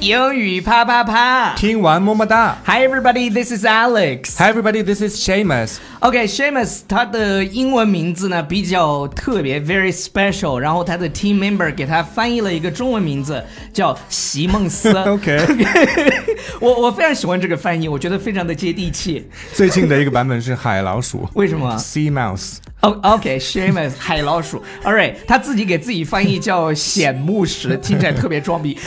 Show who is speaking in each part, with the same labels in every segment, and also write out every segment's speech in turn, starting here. Speaker 1: 英语啪啪啪
Speaker 2: 听完么么哒。
Speaker 1: ！Hi everybody, this is Alex.
Speaker 2: Hi everybody, this is Shamus。
Speaker 1: OK, Shamus，他的英文名字呢比较特别，very special。然后他的 team member 给他翻译了一个中文名字，叫席梦思。
Speaker 2: OK，
Speaker 1: 我我非常喜欢这个翻译，我觉得非常的接地气。
Speaker 2: 最近的一个版本是海老鼠
Speaker 1: 为什么？
Speaker 2: （Sea Mouse）。
Speaker 1: 哦、o k s h a m u s 海老鼠，All right，他自己给自己翻译叫显目石，听起来特别装逼。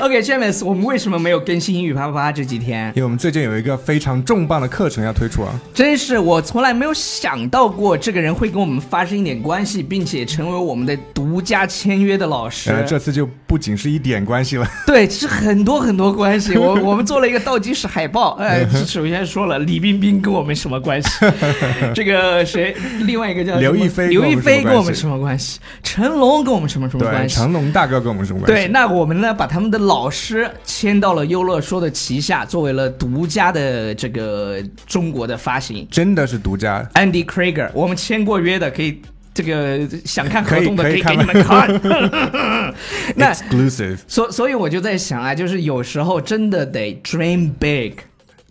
Speaker 1: OK，Shamus，、我们为什么没有更新英语啪啪啪这几天
Speaker 2: 因？为我们最近有一个非常重磅的课程要推出啊。
Speaker 1: 真是我从来没有想到过这个人会跟我们发生一点关系，并且成为我们的独家签约的老师。
Speaker 2: 呃，这次就不仅是一点关系了。
Speaker 1: 对，是很多很多关系。 我我们做了一个倒计时海报， 呃，首先说了李冰冰跟我们什么关系？ 这个谁，另外一个叫
Speaker 2: 刘
Speaker 1: 什么
Speaker 2: 亦菲
Speaker 1: 刘亦菲
Speaker 2: 跟
Speaker 1: 跟
Speaker 2: 我
Speaker 1: 我
Speaker 2: 们
Speaker 1: 们
Speaker 2: 什
Speaker 1: 什么关系？成龙跟我们什么什么
Speaker 2: 对，
Speaker 1: 关系？
Speaker 2: 成龙大哥跟我们什么关
Speaker 1: 对，
Speaker 2: 系？
Speaker 1: 那我们呢，把他们的老师签到了优乐说的旗下，作为了独家的这个中国的发行。
Speaker 2: 真的是独家。
Speaker 1: Andy Krieger，我们签过约的，可以这个想看合同的
Speaker 2: 可
Speaker 1: 可
Speaker 2: 以
Speaker 1: 以
Speaker 2: 可
Speaker 1: 给
Speaker 2: 以
Speaker 1: 你们看。 那
Speaker 2: Exclusive。
Speaker 1: 所所以我就在想啊，就是有时候真的得 dream big，fake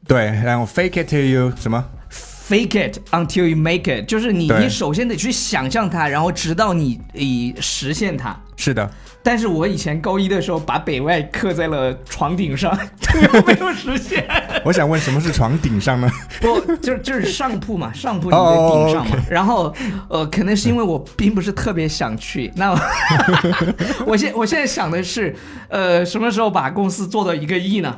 Speaker 2: 对，然后 Fake it till you 什么？
Speaker 1: it until you make it，就是你
Speaker 2: 对
Speaker 1: 你首先得去想象它，然后直到你你实现它。
Speaker 2: 是的，
Speaker 1: 但是我以前高一的时候把北外刻在了床顶 上， 这个没有实现。
Speaker 2: 我想问什么是床顶 上呢？
Speaker 1: 不，就是就是上铺嘛，上铺你
Speaker 2: 哦
Speaker 1: 得顶上嘛。然后，呃，可能是因为我并不是特别想去。那 我现我现在想的是，呃，什么时候把公司做到一个亿呢？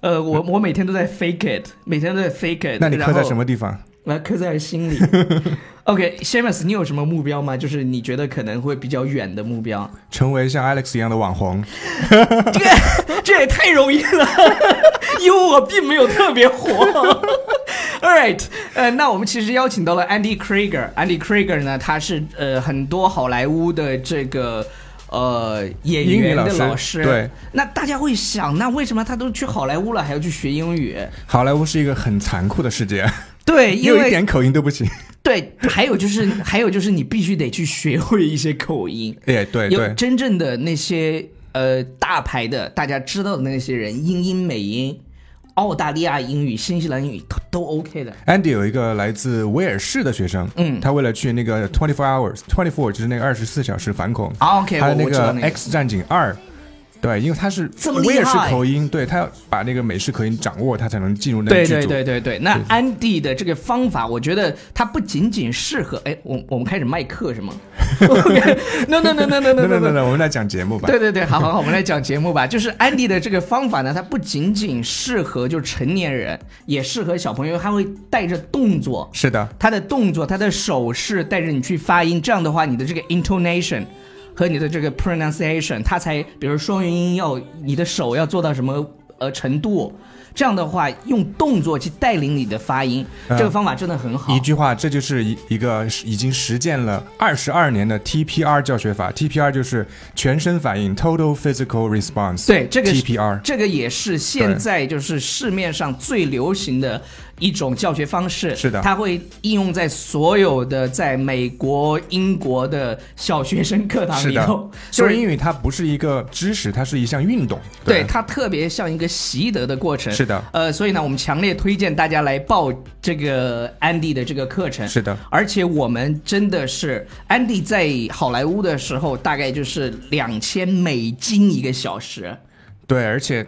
Speaker 1: 呃，我我每天都在 fake it，每天都在 fake it。
Speaker 2: 嗯那你刻在什
Speaker 1: 么？
Speaker 2: 么地方？
Speaker 1: 我要刻在心 里。OK，Shamus，、你有什么目标吗？就是你觉得可能会比较远的目标？
Speaker 2: 成为像 Alex 一样的网红。
Speaker 1: 这个 这也太容易了，因为我并没有特别火。All right，呃，那我们其实邀请到了 Andy Krieger。Andy Krieger 呢，他是呃很多好莱坞的这个呃演
Speaker 2: 英语
Speaker 1: 员的
Speaker 2: 老师对，
Speaker 1: 那大家会想，那为什么他都去好莱坞了，还要去学英语？
Speaker 2: 好莱坞是一个很残酷的世界，
Speaker 1: 对，
Speaker 2: 你
Speaker 1: 因
Speaker 2: 有一
Speaker 1: 为
Speaker 2: 点口音都不行。
Speaker 1: 对，还有就是还有就是你必须得去学会一些口音。
Speaker 2: 哎，对
Speaker 1: 有
Speaker 2: 对，
Speaker 1: 真正的那些呃大牌的，大家知道的那些人，英英美音、澳大利亚英语、新西兰英语都都 OK 的。
Speaker 2: Andy 有一个来自威尔士的学生，嗯，他为了去那个 Twenty Four Hours Twenty Four 就是那个二十四小时反恐，
Speaker 1: 啊 OK，
Speaker 2: 还有
Speaker 1: 我我知
Speaker 2: 个
Speaker 1: 道那个
Speaker 2: X 战警二，对，因为他是
Speaker 1: 这么厉害
Speaker 2: 威尔士口音，对他要把那个美式口音掌握，他才能进入那个
Speaker 1: 对
Speaker 2: 剧
Speaker 1: 对
Speaker 2: 组。
Speaker 1: 对对对，那安迪的这个方法，我觉得它不仅仅适合。哎，我我们开始卖课 是吗 ？No no no no no no no
Speaker 2: 那那
Speaker 1: no
Speaker 2: 那那，我们来讲节目吧。
Speaker 1: 对对对，好好好，我们来讲节目吧。就是安迪的这个方法呢，它不仅仅适合就成年人，也适合小朋友，他会带着动作，
Speaker 2: 是的，
Speaker 1: 他的动作、他的手势带着你去发音，这样的话，你的这个 intonation 和你的这个 pronunciation，它才，比如双元音要你的手要做到什么呃程度，这样的话，用动作去带领你的发音，
Speaker 2: 嗯
Speaker 1: 这个方法真的很好
Speaker 2: 一。句话，这就是一一个已经实践了二十二年的 TPR 教学法。TPR 就是全身反应 （Total Physical Response）。
Speaker 1: 对，这个是
Speaker 2: TPR
Speaker 1: 这个也是现在就是市面上最流行的一种教学方式。
Speaker 2: 是的
Speaker 1: 它会应用在所有的在美国、英国的小学生课堂
Speaker 2: 是
Speaker 1: 里
Speaker 2: 的
Speaker 1: 头，，就
Speaker 2: 所
Speaker 1: 是
Speaker 2: 以英语它不是一个知识，它是一项运动。
Speaker 1: 对，它特别像一个习得的过程。
Speaker 2: 是的
Speaker 1: 呃，所以呢，我们强烈推荐大家来报这个 Andy 的这个课程。
Speaker 2: 是的，
Speaker 1: 而且我们真的是 Andy 在好莱坞的时候，大概就是两千美金一个小时。
Speaker 2: 对，而且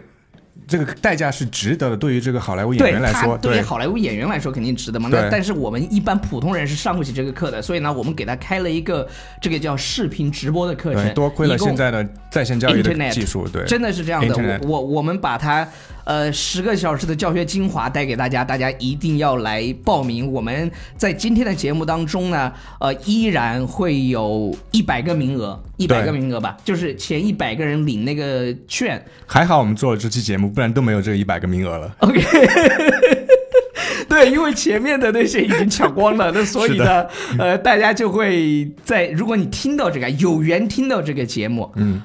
Speaker 2: 这个代价是值得的。对于这个好莱坞演
Speaker 1: 对
Speaker 2: 员来
Speaker 1: 他
Speaker 2: 说，
Speaker 1: 对于
Speaker 2: 对
Speaker 1: 好莱坞演员来说肯定值得嘛。
Speaker 2: 对
Speaker 1: 那但是我们一般普通人是上不起这个课的，所以呢，我们给他开了一个这个叫视频直播的课
Speaker 2: 对，
Speaker 1: 程。
Speaker 2: 多亏了
Speaker 1: 一共
Speaker 2: 现在的在线教育的
Speaker 1: Internet，
Speaker 2: 技术，对，
Speaker 1: 真的是这样的
Speaker 2: Internet。
Speaker 1: 我我我们把它呃十个小时的教学精华带给大家，大家一定要来报名。我们在今天的节目当中呢，呃，依然会有一百个名额，一百个名额吧，就是前一百个人领那个券。
Speaker 2: 还好我们做了这期节目，不然都没有这一百个名 额了。
Speaker 1: OK 。对，因为前面的那些已经抢光了，那所以呢，呃，大家就会在如果你听到这个有缘听到这个节目，
Speaker 2: 嗯，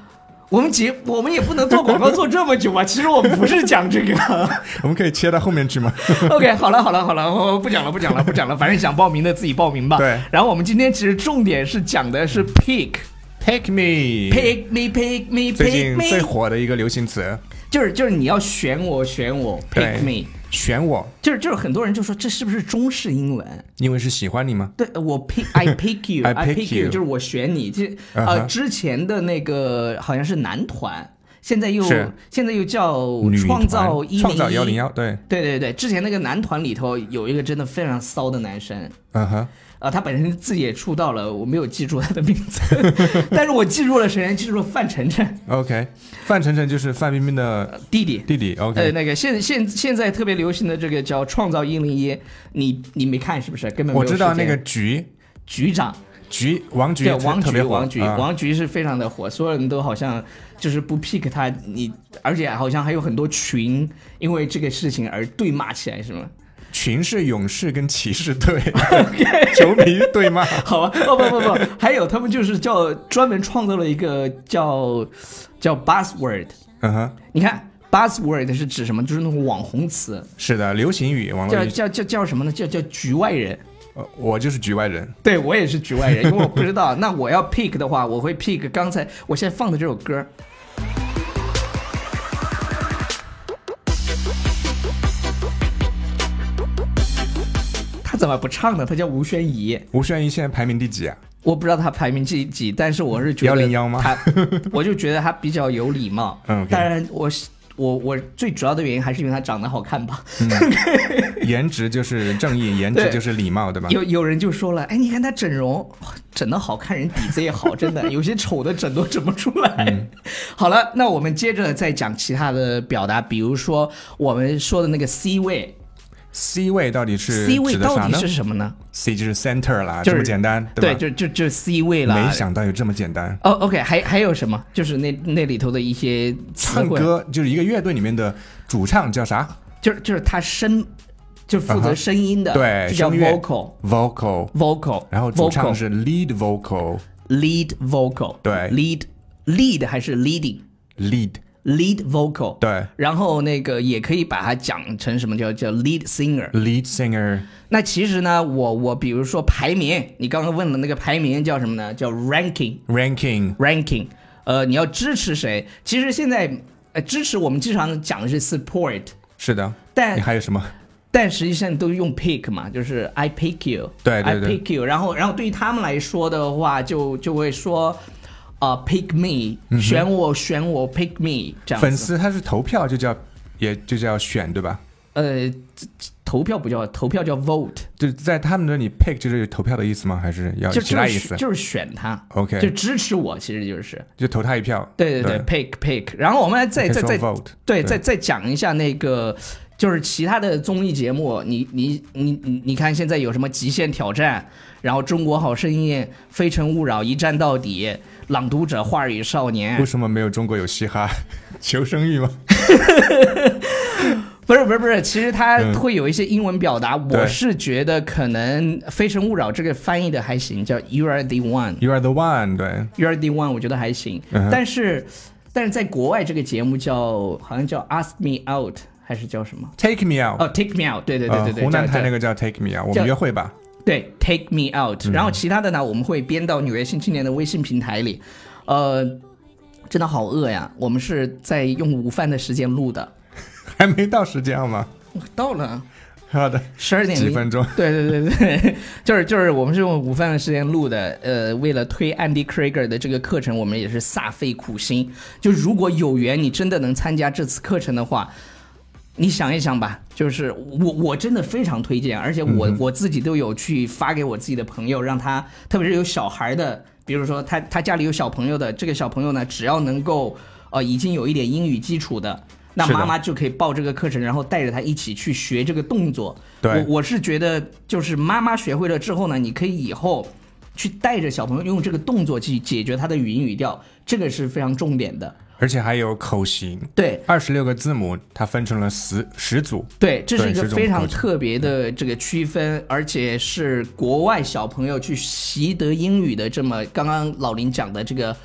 Speaker 1: 我们节我们也不能做广告做这么久吧？其实我们不是讲这 个。
Speaker 2: 我们可以切到后面去吗？
Speaker 1: OK，好了好了好了，我不讲了不讲了不讲了，反正想报名的自己报名吧。
Speaker 2: 对嗯
Speaker 1: 然后我们今天其实重点是讲的是 peak
Speaker 2: Pick me。
Speaker 1: ，pick me pick me
Speaker 2: 最近
Speaker 1: pick
Speaker 2: 最
Speaker 1: me，
Speaker 2: 火的一个流行词，
Speaker 1: 就是就是你要选我选我 pick
Speaker 2: 对
Speaker 1: me，
Speaker 2: 选我，
Speaker 1: 就是就是很多人就说这是不是中式英文？
Speaker 2: 因为是喜欢你吗？
Speaker 1: 对，呃我 pick I pick you
Speaker 2: I
Speaker 1: I
Speaker 2: pick
Speaker 1: pick you，
Speaker 2: you
Speaker 1: 就是我选你。这呃
Speaker 2: 啊哈
Speaker 1: 之前的那个好像是男团，现在又
Speaker 2: 是
Speaker 1: 现在又叫
Speaker 2: 女
Speaker 1: 创
Speaker 2: 团
Speaker 1: 造一
Speaker 2: 创造幺
Speaker 1: 零
Speaker 2: 零。幺，对，
Speaker 1: 对对对，之前那个男团里头有一个真的非常骚的男生，
Speaker 2: 嗯哼，
Speaker 1: 呃，他本身自己也出道了，我没有记住他的名字， 但是我记住了谁？记住了范丞丞
Speaker 2: OK，范丞丞就是范冰冰的
Speaker 1: 弟弟。
Speaker 2: 弟弟。
Speaker 1: 呃，
Speaker 2: OK，
Speaker 1: 那个现现现在特别流行的这个叫《创造一零一》，你你没看是不是？根本没有
Speaker 2: 我知道
Speaker 1: 时
Speaker 2: 那
Speaker 1: 间
Speaker 2: 个菊
Speaker 1: 局长，
Speaker 2: 菊王菊
Speaker 1: 对王
Speaker 2: 特
Speaker 1: 菊，
Speaker 2: 别火，
Speaker 1: 王菊，
Speaker 2: 啊
Speaker 1: 王菊是非常的火，所有人都好像就是不 pick 他，你而且好像还有很多群因为这个事情而对骂起来，是吗？
Speaker 2: 群是勇士跟骑士队， 球迷对骂。
Speaker 1: 好吧，哦不不不，还有他们就是叫专门创造了一个叫叫 buzzword，
Speaker 2: 嗯哼，
Speaker 1: 你看 buzzword 是指什么？就是那种网红词，
Speaker 2: 是的，流行语，网络
Speaker 1: 叫
Speaker 2: 语。
Speaker 1: 叫叫叫什么呢？叫叫局外人。
Speaker 2: 呃我就是局外人。
Speaker 1: 对我也是局外人，因为我不知道。 那我要 pick 的话，我会 pick 刚才我现在放的这首歌。他怎么不唱呢？他叫吴宣仪，
Speaker 2: 吴宣仪现在排名第 几啊？
Speaker 1: 我不知道他排名第几，但是我是觉得
Speaker 2: 101吗
Speaker 1: 他， 我就觉得他比较有礼貌。
Speaker 2: 嗯，OK
Speaker 1: 当然我是我我最主要的原因还是因为他长得好看吧。
Speaker 2: 嗯颜值就是正义，颜值
Speaker 1: 对
Speaker 2: 就是礼貌，对吧？
Speaker 1: 有有人就说了，哎，你看他整容，哇整的好看，人底子也好，真的，有些丑的整都整不出来。
Speaker 2: 嗯
Speaker 1: 好了，那我们接着再讲其他的表达，比如说我们说的那个 C 位
Speaker 2: C 位到底是
Speaker 1: ，C 位
Speaker 2: 指的
Speaker 1: 到
Speaker 2: 啥
Speaker 1: 底
Speaker 2: 呢
Speaker 1: 是什么呢？
Speaker 2: ？C 就是 center 啦，
Speaker 1: 就
Speaker 2: 这
Speaker 1: 是
Speaker 2: 么简单，
Speaker 1: 对，
Speaker 2: 吧？
Speaker 1: 就就就 C 位了。
Speaker 2: 没想到有这么简单。
Speaker 1: 哦，OK，还还有什么？就是那那里头的一些词
Speaker 2: 唱
Speaker 1: 汇，
Speaker 2: 歌就是一个乐队里面的主唱叫啥
Speaker 1: 就是就是他声，就负
Speaker 2: 啊哈
Speaker 1: 责声音的，
Speaker 2: 对
Speaker 1: 呃就叫
Speaker 2: 声乐
Speaker 1: vocal。
Speaker 2: ？Vocal。
Speaker 1: vocal，
Speaker 2: 然后主唱
Speaker 1: vocal
Speaker 2: 是 lead vocal。
Speaker 1: lead vocal，
Speaker 2: 对
Speaker 1: ，lead lead 还是 leading？
Speaker 2: lead
Speaker 1: lead vocal，
Speaker 2: 对
Speaker 1: 然后那个也可以把它讲成什么叫叫 lead singer。
Speaker 2: lead singer
Speaker 1: 那其实呢，我我比如说排名，你刚刚问了那个排名叫什么呢？叫 ranking
Speaker 2: ranking
Speaker 1: ranking。呃，你要支持谁？其实现在呃支持我们经常讲的是 support，
Speaker 2: 是的，
Speaker 1: 但
Speaker 2: 你还有什么？
Speaker 1: 但实际上都用 pick 嘛，就是 I pick you，
Speaker 2: 对对
Speaker 1: i
Speaker 2: 对
Speaker 1: pick you。然后然后对于他们来说的话，就就会说。啊、p i c k me，、选我，选我，pick me，这样子。
Speaker 2: 嗯粉丝他是投票就叫也就叫选对吧？
Speaker 1: 呃，这这投票不叫投票叫 vote，
Speaker 2: 就是在他们那里 pick 就是投票的意思吗？还是要
Speaker 1: 就
Speaker 2: 啊其
Speaker 1: 就
Speaker 2: 他
Speaker 1: 是
Speaker 2: 意
Speaker 1: 选
Speaker 2: 思？
Speaker 1: 就是选他
Speaker 2: OK
Speaker 1: 就支持我，其实就是
Speaker 2: 就投他一票。
Speaker 1: 对对
Speaker 2: 对
Speaker 1: 对，pick pick。然后我们再
Speaker 2: 可以
Speaker 1: 再
Speaker 2: 说
Speaker 1: 再
Speaker 2: vote
Speaker 1: 对
Speaker 2: 对
Speaker 1: 再再讲一下那个。就是其他的综艺节目，你你你你你看现在有什么《极限挑战》，然后《中国好声音》《非诚勿扰》《一站到底》《朗读者》《话语少年
Speaker 2: 为》什么没有中国有嘻哈 求生欲吗？
Speaker 1: 不是不是不是，其实它
Speaker 2: 嗯
Speaker 1: 会有一些英文表达，我
Speaker 2: 对
Speaker 1: 是觉得可能《非诚勿扰》这个翻译的还行，叫 “You are the one”。
Speaker 2: You are the one，对
Speaker 1: U R D One 我觉得还行，
Speaker 2: 嗯哼
Speaker 1: 但是但是在国外这个节目叫好像叫 Ask Me Out 还是叫什么？
Speaker 2: ，Take me out，
Speaker 1: 哦，Take Me Out，对对对
Speaker 2: 呃
Speaker 1: 对对，
Speaker 2: 湖南
Speaker 1: 叫
Speaker 2: 台那
Speaker 1: 叫
Speaker 2: 个嗯叫 Take me out，我
Speaker 1: 叫
Speaker 2: 们约会吧。
Speaker 1: 对 Take Me Out，然后其他的呢，我们会编到纽约新青年的微信平台里，呃，真的好饿呀，我们是在用午饭的时间录的，
Speaker 2: 还没到时间好吗？
Speaker 1: 到了
Speaker 2: 好的，
Speaker 1: 十二点
Speaker 2: 几
Speaker 1: 零
Speaker 2: 分钟。
Speaker 1: 对对对对，就是就是我们是用午饭的时间录的，呃，为了推 Andy Krieger 的这个课程，我们也是煞费苦心。就如果有缘，你真的能参加这次课程的话，你想一想吧，就是我我真的非常推荐，而且我、
Speaker 2: 嗯
Speaker 1: 我自己都有去发给我自己的朋友，让他特别是有小孩的，比如说他他家里有小朋友的，这个小朋友呢，只要能够呃已经有一点英语基础的。那
Speaker 2: 是的
Speaker 1: 妈妈就可以报这个课程，然后带着他一起去学这个动作。
Speaker 2: 对
Speaker 1: 我我是觉得，就是妈妈学会了之后呢，你可以以后去带着小朋友用这个动作去解决他的语音语调，这个是非常重点的。
Speaker 2: 而且还有口型，
Speaker 1: 对
Speaker 2: 二十六个字母，它分成了十十组。
Speaker 1: 对，这是
Speaker 2: 对
Speaker 1: 一个
Speaker 2: 是这种
Speaker 1: 非常
Speaker 2: 口径
Speaker 1: 特别的这个区分，而且是国外小朋友去习得英语的这么刚刚老林讲的这个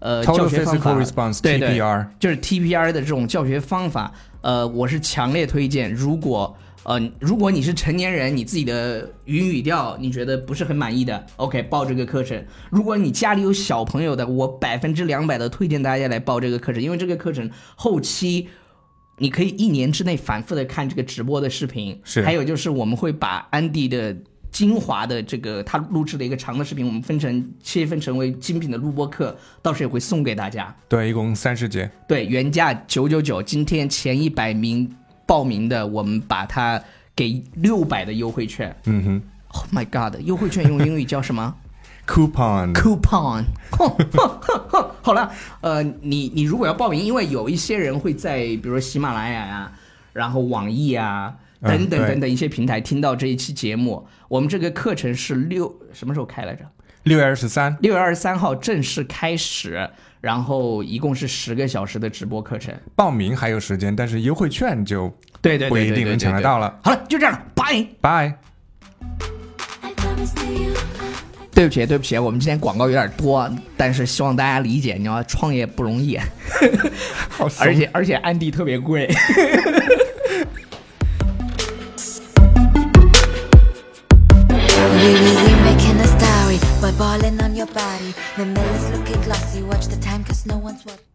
Speaker 1: 呃
Speaker 2: Total
Speaker 1: 教学方法
Speaker 2: physical response
Speaker 1: 对对
Speaker 2: TPR，
Speaker 1: 就是 TPR 的这种教学方法。呃，我是强烈推荐，如果呃，如果你是成年人，你自己的语音语调你觉得不是很满意的，OK，报这个课程。如果你家里有小朋友的，我百分之两百的推荐大家来报这个课程，因为这个课程后期你可以一年之内反复的看这个直播的视频，
Speaker 2: 是
Speaker 1: 还有就是我们会把安迪的。精华的这个他录制的一个长的视频，我们分成切分成为精品的录播课，到时候也会送给大家。
Speaker 2: 对，一共三十节。
Speaker 1: 对，原价九九九，今天前一百名报名的，我们把它给六百的优惠券。
Speaker 2: 嗯哼
Speaker 1: Oh my god，优惠券用英语叫什么
Speaker 2: ，coupon。
Speaker 1: ？Coupon。好了，呃，你你如果要报名，因为有一些人会在比如说喜马拉雅呀、然后网易啊
Speaker 2: 嗯
Speaker 1: 等等
Speaker 2: 对
Speaker 1: 等等一些平台听到这一期节目，我们这个课程是六什么时候开来着？
Speaker 2: 六月二十三，
Speaker 1: 六月二十三号正式开始，然后一共是十个小时的直播课程。
Speaker 2: 报名还有时间，但是优惠券就
Speaker 1: 对对
Speaker 2: 不
Speaker 1: 对
Speaker 2: 一
Speaker 1: 对对
Speaker 2: 定能抢得
Speaker 1: 对
Speaker 2: 到了。
Speaker 1: 好了，就这样了，拜。
Speaker 2: 拜。
Speaker 3: I promise to you.
Speaker 1: 对不起，对不起，我们今天广告有点多，但是希望大家理解，你要创业不容易，
Speaker 2: 好怂
Speaker 1: 而且而且安迪特别贵。
Speaker 3: We, we, we making a story by balling on your body. The mill is looking glossy. Watch the time, cause no one's watching.